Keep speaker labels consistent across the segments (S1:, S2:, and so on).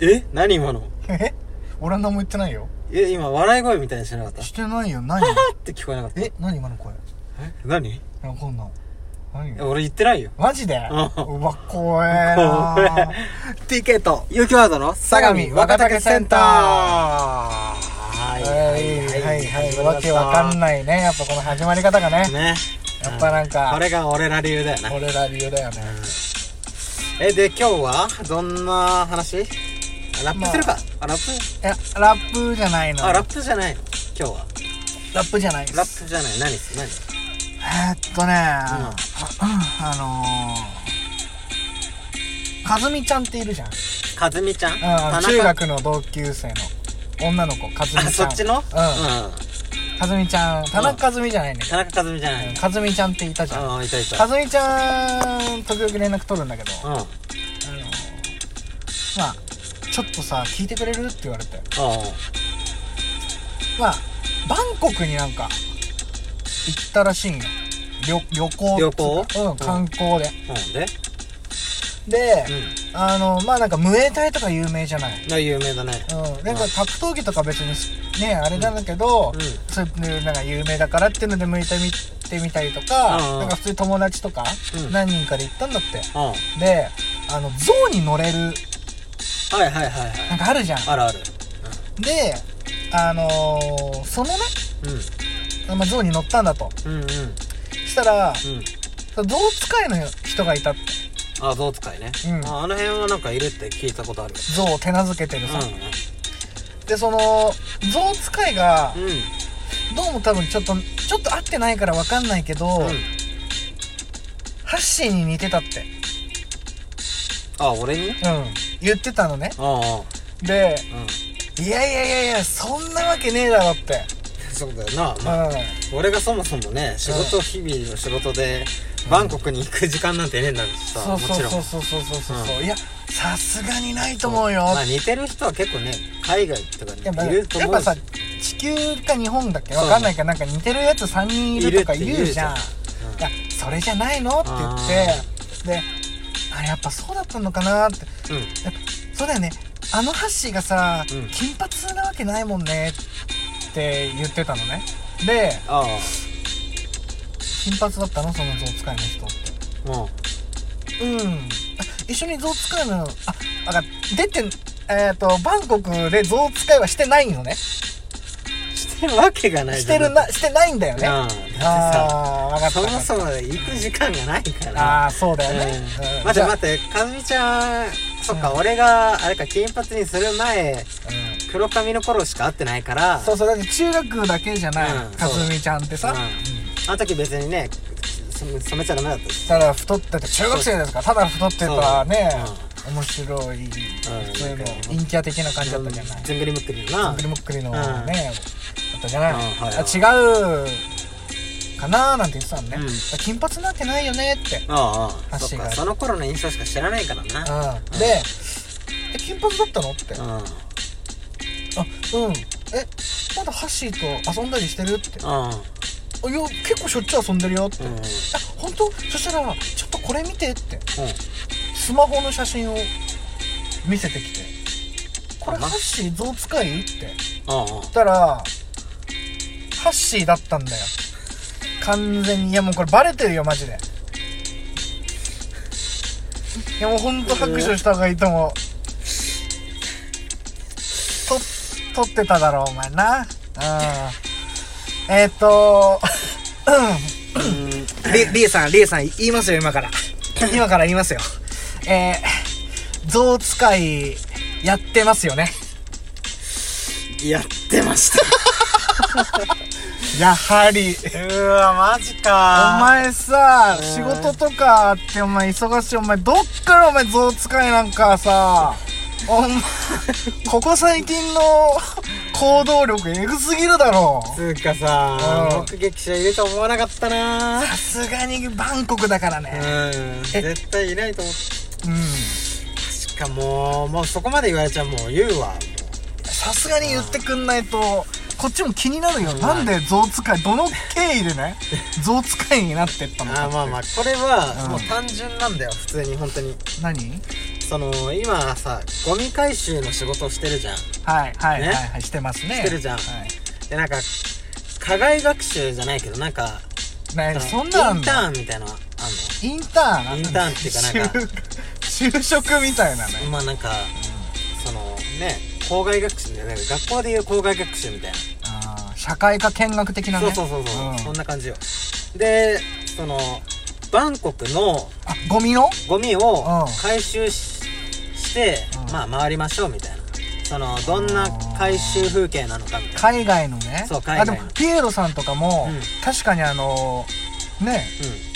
S1: え何今の
S2: え俺は何も言ってないよ
S1: え、今、笑い声みたいにしてなかった
S2: してない よ何
S1: って聞こえなかった。
S2: え何今の声
S1: え何
S2: わかんない何
S1: え俺言ってないよ。
S2: マジで
S1: う
S2: うわ怖え
S1: 怖
S2: なティケット
S1: 有機ワードの
S2: 相模若竹センター
S1: はい
S2: はいはいはいわけわかんないねやっぱこの始まり方がね
S1: ね。
S2: やっぱなんか
S1: これが俺ら理由だよな。
S2: 俺ら理由だよね
S1: え、で、今日は、どんな話ラップするか。あ、ラッ
S2: いやラップじゃない
S1: プ
S2: の
S1: あ、ラ
S2: ラ
S1: ップじゃないの今日は。
S2: ップじゃない
S1: ラップじゃない。何す何
S2: えーっとね、ああのー、かずみちゃんっているじゃん。
S1: かずみちゃん
S2: うん、中学の同級生の女の子、かずみちゃん。
S1: あ、そっちの
S2: うん。かずみちゃん、田中かずみじゃないね。
S1: 田中かずみじゃない。
S2: うんかずみちゃんっていたじゃん。
S1: ああ、いたいた。
S2: かずみちゃん、時々連絡取るんだけど、
S1: うん。あ
S2: あのー、まあ、ちょっとさ、聞いてくれるって言われて。
S1: あ。
S2: まあ、バンコクになんか、行ったらしいんよ。旅、旅行っつうか
S1: 旅行
S2: うん、観光で。
S1: うんで
S2: で、
S1: う
S2: あのまあなんかムエタイとか有名じゃない
S1: ん。な、有名だね。
S2: うん、なんか格闘技とか別にすねあれなんだけど、
S1: うんうん
S2: そういうなんか有名だからっていうので向いてみてみたりとか、
S1: うんうん
S2: なんか普通に友達とか
S1: うん
S2: 何人かで行ったんだって、
S1: うん。は
S2: であの象に乗れる
S1: いはいはいはい。
S2: なんかあるじゃん
S1: あるある。
S2: であのーそのね、
S1: う
S2: まあ、象に乗ったんだと
S1: ん。うんうん。
S2: したら
S1: うん。
S2: 象使いの人がいたって
S1: あ、象使いね。
S2: うん
S1: ああの辺はなんかいるって聞いたことあるけ
S2: 象を手なずけてる
S1: ど。
S2: さ、
S1: う
S2: でその象使いが
S1: んうん。
S2: どうも多分ちょっとちょっと合ってないから分かんないけど、
S1: うん。うん。
S2: ハッシーに似てたって、
S1: あ、俺に
S2: うん、言ってたのね
S1: ああ。
S2: で
S1: うん。
S2: いやいやいやいやそんなわけねえだろって、
S1: そうだよな。
S2: うん、
S1: まあ俺がそもそもね、仕事、日々の仕事で、バンコクに行く時間なんてねえんだしさ、
S2: そ
S1: も
S2: うそう
S1: ちろん
S2: そう。そうそうそうそうそう、いやさすがにないと思うよ
S1: まあ似てる人は結構ね、海外とか
S2: やっぱ
S1: にい
S2: や
S1: ると思
S2: っ
S1: う
S2: ぱ
S1: し
S2: さ地球か日本だっけわかんないからなんか似てるやつ3人いるとか言うじゃん
S1: いる
S2: いやそれじゃないのって言ってであれやっぱそうだったのかなって
S1: うん。うん
S2: そうだよねあのハッシーがさ、
S1: うん
S2: 金髪なわけないもんねって言ってたのねで
S1: あ
S2: 金髪だったのその象使いの人っ
S1: あ。うん。
S2: てうんあ一緒に象使いのああか出てえっ、とバンコクで象使いはしてないのね
S1: してるわけがない
S2: し
S1: じゃ
S2: て
S1: ん
S2: るなしてないんだよ
S1: う
S2: ね
S1: ん。だ
S2: あ
S1: ってさ、
S2: あ分かった
S1: そ
S2: わ
S1: も
S2: かった
S1: そも行く時間がないから。
S2: ああそうだ
S1: うん
S2: よね、うん
S1: 待
S2: じ
S1: って
S2: ゃあ
S1: 待って、かずみちゃん、そっか、
S2: うん
S1: 俺が、あれか、金髪にする前、
S2: うん
S1: 黒髪の頃しか会ってないから、
S2: そうそうだって中学だけじゃない、
S1: うん
S2: かずみちゃんってさ、
S1: うんあの時別にね、染染めちゃダメだったし。
S2: ただ太ってて中学生ですからただ太ってたらね面白い普通の陰キャ的な感じだったじゃない
S1: 全部リムックリだな
S2: ク。リもっくりのね
S1: うん
S2: だったじゃない
S1: うんはいはい
S2: あ違うかなーなんて言ってたのね
S1: うん
S2: 金髪なんてないよねって
S1: ああ、
S2: 足
S1: そっ
S2: が
S1: か、その頃の印象しか知らないからな。
S2: うんでえ金髪だったのって
S1: う
S2: あ
S1: ん。うん。
S2: うんえまだハッシーと遊んだりしてるって
S1: う
S2: あいや結構しょっちゅう遊んでるよって
S1: ん。うん。
S2: あ本当そしたらちょっとこれ見てってスマホの写真を見せてきて「これハッシー象使い?」って言
S1: うん。うん
S2: ったらハッシーだったんだよ完全にいやもうこれバレてるよマジでいやもうほんと拍手した方がいいと思うと撮ってただろお前なうんえっ、ー、と
S1: うん。
S2: リリエさん、リエさん、言いますよ、今から。今から言いますよ。え ー、象使い、やってますよね。
S1: やってました。
S2: やはり。
S1: うわ、マジか
S2: お前さ、
S1: うん
S2: 仕事とかあって、お前忙しい、お前、どっからお前、象使いなんかさ、お前、ここ最近の行動力、エグすぎるだろ。
S1: つうかさ、
S2: うん
S1: 目撃者いると思わなかったな
S2: さすがにバンコクだから
S1: う
S2: ね。
S1: ん
S2: え
S1: 絶対いないと思っ
S2: うん。
S1: たしかももうそこまで言われちゃもう言うわも
S2: さすがに言ってくんないとこっちも気になるよ、なんで象使いどの経緯でね象使いになってった
S1: う
S2: の
S1: あ
S2: か
S1: ーまあま
S2: あ
S1: あこれは
S2: うん
S1: もう単純なんだよ普通に本当に
S2: 何
S1: そその今さゴミ回収の仕事をしてるじゃん
S2: はいはい
S1: ね
S2: はいはいしてますね
S1: してるじゃん
S2: はい
S1: でなんか課外学習じゃないけどなんか
S2: ね
S1: の
S2: そんな
S1: イ
S2: ん
S1: ンターンみたいなのあん
S2: インターン
S1: インターンっていうかなんか
S2: 就就職みたいなね
S1: のまあなんかそのね校外学習じゃない学校でいう校外学習みたい
S2: あー社会科見学的
S1: な、
S2: なね
S1: そうそうそうそう、
S2: ん
S1: そんな感じよでそのバンコクの
S2: あゴミの
S1: ゴミを
S2: うん
S1: 回収し,、て、
S2: うん
S1: まあ回りましょうみたいなそのどんな回収風景なのかみたいな
S2: 海外のね
S1: そう海外の
S2: あでもピエロさんとかも、
S1: うん
S2: 確かにあのね
S1: うん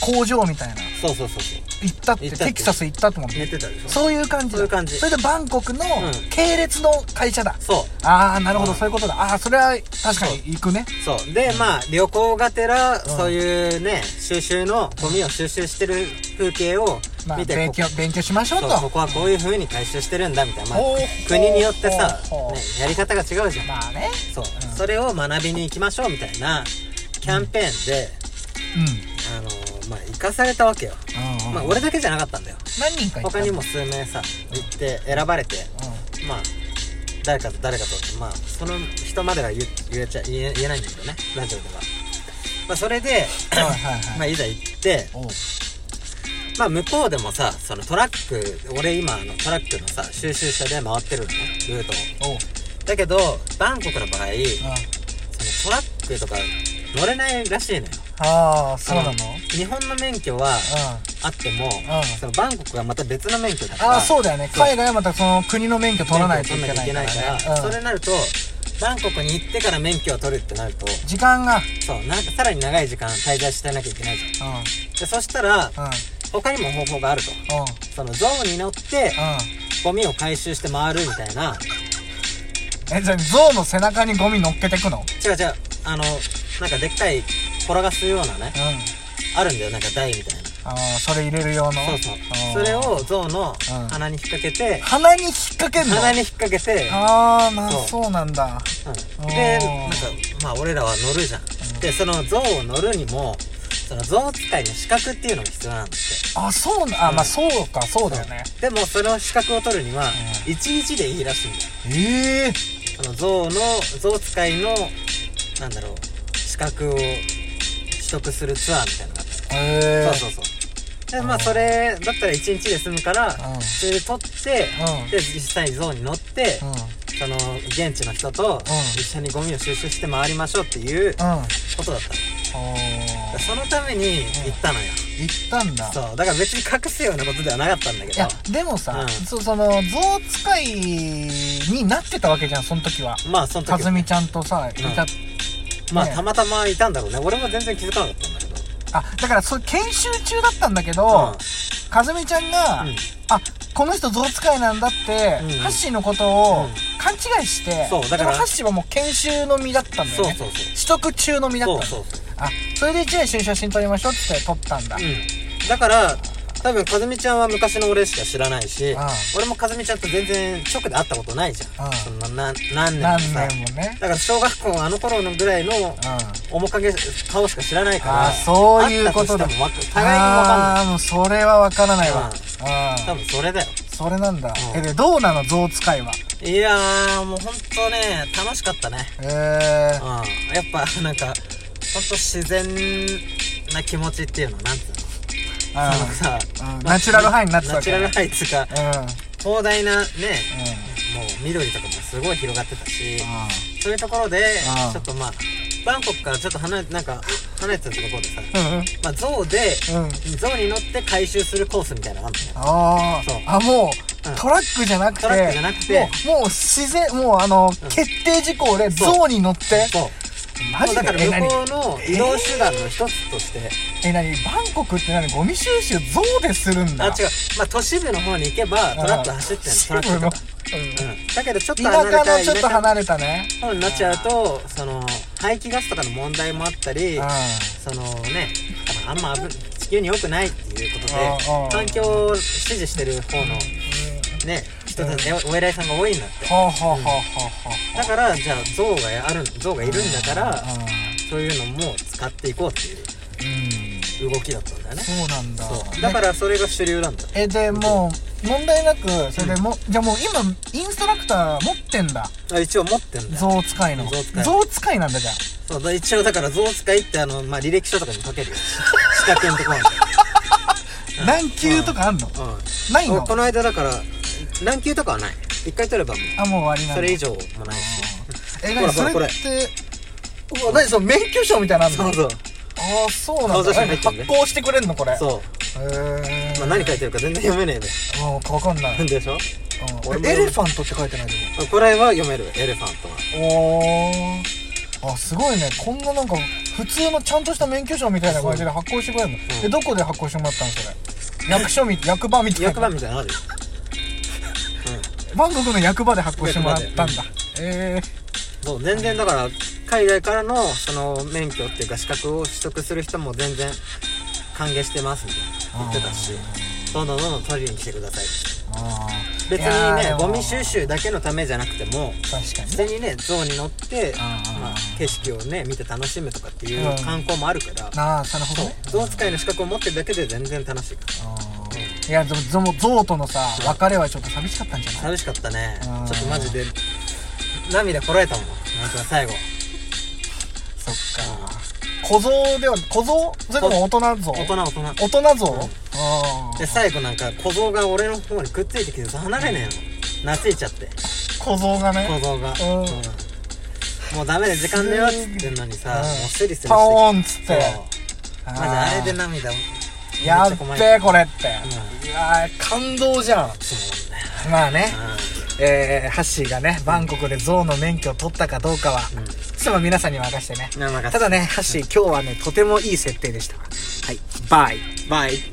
S2: 工場みたいな
S1: そうそうそうそう
S2: 行ったって
S1: 行ったって
S2: テキサス行ったと思って
S1: 寝てたでしょ
S2: そういう感じ
S1: そ
S2: だ
S1: ういう感じ
S2: それでバンコクの
S1: ん
S2: 系列の会社だ、
S1: そう
S2: ああなるほど、
S1: うん
S2: そういうことだああそれは確かに行くね
S1: そうでまあ旅行がてら、
S2: ん
S1: そういうね収集のゴミを収集してる風景を
S2: まあ
S1: 見て、
S2: 勉強
S1: こ
S2: 勉強しましょう
S1: そ
S2: と
S1: うここはこういう風に回収してるんだみたいな、まあ
S2: ほう
S1: 国によってさ、
S2: ほうほう
S1: ね、やり方が違うじゃん、
S2: まあね
S1: そう、
S2: うん
S1: それを学びに行きましょうみたいなキャンペーンで、
S2: う
S1: あのーまあ行かされたわけよ、
S2: ん、うん
S1: まあ俺だけじゃなかったんだよ
S2: 何人か行った
S1: 他にも数名さ行って選ばれて
S2: う
S1: まあ誰かと誰かとってまあその人までは言言えちゃ言え言えないんだけどねラジオではまあそれで
S2: んはいはいはい、
S1: まあ、いざ行って、
S2: おう
S1: まあ、向こうでもさ、そのトラック、俺今、あの、トラックのさ、収集車で回ってるのね、ルートを。
S2: おう
S1: だけど、バンコクの場合、
S2: うん
S1: そのトラックとか乗れないらしいのよ。
S2: ああそうなの
S1: あ日本の免許は
S2: う
S1: あっても、
S2: ん
S1: そのバンコクはまた別の免許だから、
S2: ああそうだよね
S1: そう
S2: 海外はまたその国の免許取らないといけ
S1: 免許
S2: な
S1: 取
S2: い
S1: んなきゃいけないから、
S2: からね
S1: そ
S2: う
S1: れ
S2: ん
S1: になると、バンコクに行ってから免許を取るってなると、
S2: 時間が
S1: そう、なんかさらに長い時間滞在してなきゃいけないじゃん。
S2: うんうんうん
S1: で、そしたら、他にも方法があると。そのゾウに乗って、
S2: う
S1: ゴミを回収して回るみたいな、
S2: んえじゃあ象の背中にゴミ乗っけてくの
S1: 違う違う、あの、なんかでっかい転がすようなね
S2: う、ん
S1: あるんだよ、なんか台みたいな。
S2: ああそれ入れる用の
S1: そうそう
S2: うん。
S1: それを象の
S2: うん
S1: 鼻に引っ掛けて、
S2: 鼻に引っ掛けんの
S1: 鼻に引っ掛けて、
S2: ああまあ
S1: そう
S2: そうなんだ
S1: うん
S2: おー
S1: で、なんか、まあ俺らは乗るじゃん。で、その象を乗るにも、その象使いの資格っていうのが必要なんですって。
S2: あそうなあまあそうかそうだよね
S1: でもその資格を取るには、1日でいいらしいんだよ。
S2: ええ
S1: その象の、象使いの、なんだろう、資格を取得するツアーみたいなのがあって。
S2: え
S1: そう
S2: え
S1: そうそうでまあそれだったら1日で済むから
S2: うん
S1: それで取って
S2: うん
S1: で実際にゾウに乗って
S2: うん
S1: その現地の人と一緒にゴミを収集して回りましょうっていう
S2: うん
S1: ことだっただか
S2: おー
S1: らそのために行ったのよ
S2: 行ったんだ
S1: そうだから別に隠すようなことではなかったんだけ
S2: い
S1: ど
S2: やでもさ、
S1: うん
S2: そその象使いになってたわけじゃんその時は
S1: まあその
S2: か
S1: 時
S2: ずみちゃんとさいた、
S1: うまあ
S2: ね
S1: たまたまいたんだろうね俺も全然気づかなかったんだけど
S2: あだからそう研修中だったんだけど、
S1: う
S2: かずみちゃんが、
S1: んうん
S2: あこの人象使いなんだって、
S1: うん
S2: ハッシーのこと
S1: う
S2: を
S1: ん
S2: 勘違いして、
S1: そうだから
S2: でもハッシーはもう研修の身だったんだ
S1: そ
S2: よ
S1: う
S2: ね
S1: そうそう
S2: 取得中の身だった
S1: そ
S2: ん
S1: う
S2: だ
S1: そうそう
S2: あそれで一緒に写真撮りましょうって撮ったんだ、
S1: うんだから多分かずみちゃんは昔の俺しか知らないし、
S2: うん
S1: 俺もかずみちゃんと全然直で会ったことないじゃん、
S2: うん
S1: そんなな何年も
S2: 何
S1: さ
S2: 年もね
S1: だから小学校のあの頃のぐらいの
S2: うん
S1: 面影顔しか知らないから
S2: あーそういうことだ
S1: 会ったとしてもわ互いに分かんない
S2: あーもうそれは分からないわ、うん
S1: 多分それだよ
S2: それなんだ、
S1: うん
S2: えでどうなの象使いはい
S1: やーもう本当ね楽しかったね
S2: え
S1: うんやっぱなんか本当自然な気持ちっていうのなんつうの
S2: ー、
S1: あ
S2: あ
S1: のさ、
S2: うんナチュラルハイになってた
S1: ナ
S2: わ
S1: チ
S2: け
S1: ュ
S2: ね
S1: ラルハイっつうか
S2: ーうんうん
S1: 広大なね、もう緑とかもすごい広がってたし、
S2: あ
S1: そういうところで
S2: あ、あ
S1: ちょっとまあ、バンコクからちょっと離れ、なんか、離れてたところでさ、
S2: ーうんうん
S1: まあ、象で、
S2: うん
S1: 象に乗って回収するコースみたいなのあんのよ。
S2: あ
S1: そう
S2: ーあもう、
S1: うん
S2: トラックじゃなくて
S1: トラックじゃなくて
S2: もうもう自然もうあの、
S1: うん
S2: 決定事項で
S1: そう
S2: 象に乗って
S1: そう。
S2: マ
S1: も
S2: ジ
S1: う
S2: で
S1: だから
S2: え
S1: 向
S2: 何
S1: こうの移動手段の一つとして、
S2: え何バンコクって何ゴミ収集象でするん
S1: あ、
S2: だ
S1: 違う。まあ、都市部の方に行けば、トラック走ってんの、トラックとか。
S2: シ ブのうん
S1: うん。だけど、ちょっと離れ
S2: 田舎
S1: た
S2: のちょっと離れたね
S1: 田舎の方になっちゃうと、その、排気ガスとかの問題もあったり、
S2: う
S1: そのねあのあんま危地球に良くないっていうことで
S2: うんうん
S1: 環境を支持してる方のね人たちお偉いさんが多いんだって
S2: んほうほうほうほうほう
S1: だからじゃあ象がある象がいるんだから
S2: うん
S1: そういうのも使っていこうって
S2: うん
S1: いう動きだったんだだね
S2: そうなんだ
S1: そうだからそれが主流なんだよ
S2: えでもう問題なくそれでも、じゃあもう今インストラクター持ってんだ
S1: あ一応持ってんだよ
S2: 象使いの
S1: 象使い
S2: 象使いなんだじゃあ
S1: そうだ一応だから象使いってあの、まあ、履歴書とかに書けるよ 資格のところに
S2: 何級とかあんの、
S1: う
S2: ない
S1: ん
S2: の
S1: おこの間だから何級とかはない一回取ればも
S2: あもう終わり
S1: う
S2: なん
S1: そ
S2: だ
S1: れ以上もないし
S2: え
S1: ほ
S2: 何
S1: ら
S2: それ
S1: ほら
S2: ってうわ何その免許証みたいなのあん
S1: そうそ
S2: の
S1: う
S2: ああそうなん
S1: 顔
S2: だ
S1: 写真入っ
S2: 何
S1: てん
S2: 発
S1: ね
S2: 行してくれんのこ れ
S1: そう
S2: へえ、
S1: まあ、何書いてるか全然読めねえべ
S2: もうわかんない、
S1: でしょ
S2: う
S1: 俺
S2: ん、
S1: も
S2: エレファントって書いてないでも
S1: これは読めるエレファントは
S2: おーあすごいねこんななんか普通のちゃんとした免許証みたいな感じで発行してくれるの、えどこで発行してもらったのそれ役所み役場みたいな
S1: 役場みたいなのあるよ
S2: バンコクの役場で発行してもらったんだえ
S1: そう全然だから海外からのその免許っていうか資格を取得する人も全然歓迎してますみたいな言ってたしどんどんどんどん取りに来てください
S2: ー、あー
S1: 別
S2: いや
S1: に
S2: ーで
S1: ね
S2: も
S1: ゴミ収集だけのためじゃなくても
S2: 確かに
S1: 実際にね象に乗って
S2: あー
S1: まあ、景色をね見て楽しむとかっていう
S2: うん
S1: 観光もあるから、
S2: なあなるほどね
S1: 象使いの資格を持ってるだけで全然楽しいから
S2: あーいやでもゾゾウとのさ別れはちょっと寂しかったんじゃない
S1: 楽しかったね
S2: うん
S1: ちょっとマジで涙こらえたもんなんか最後
S2: そっか小僧では小僧それとも大人像
S1: 大人大人
S2: 大人像、
S1: ん
S2: ああ
S1: で最後なんか小僧が俺の方にくっついてきてずっと離れねえの懐いちゃって
S2: 小僧が
S1: 小
S2: ね
S1: 僧が、
S2: うん
S1: うんもうダメで時間だよっつってんのにさ、
S2: うん
S1: もうスリスリしてきて
S2: パオーンっつって
S1: そうマジあれで涙めっち
S2: や
S1: ゃ
S2: っ
S1: 困る
S2: べえこれって、うわー感動じゃん
S1: そうなんだよ
S2: まあね、えー、ハッシーがねバンコクで象の免許を取ったかどうかは、
S1: うん
S2: ちょっと皆さんに任せてね
S1: うんなんか
S2: ただねハッシー今日はねとてもいい設定でしたはいバイ
S1: バイ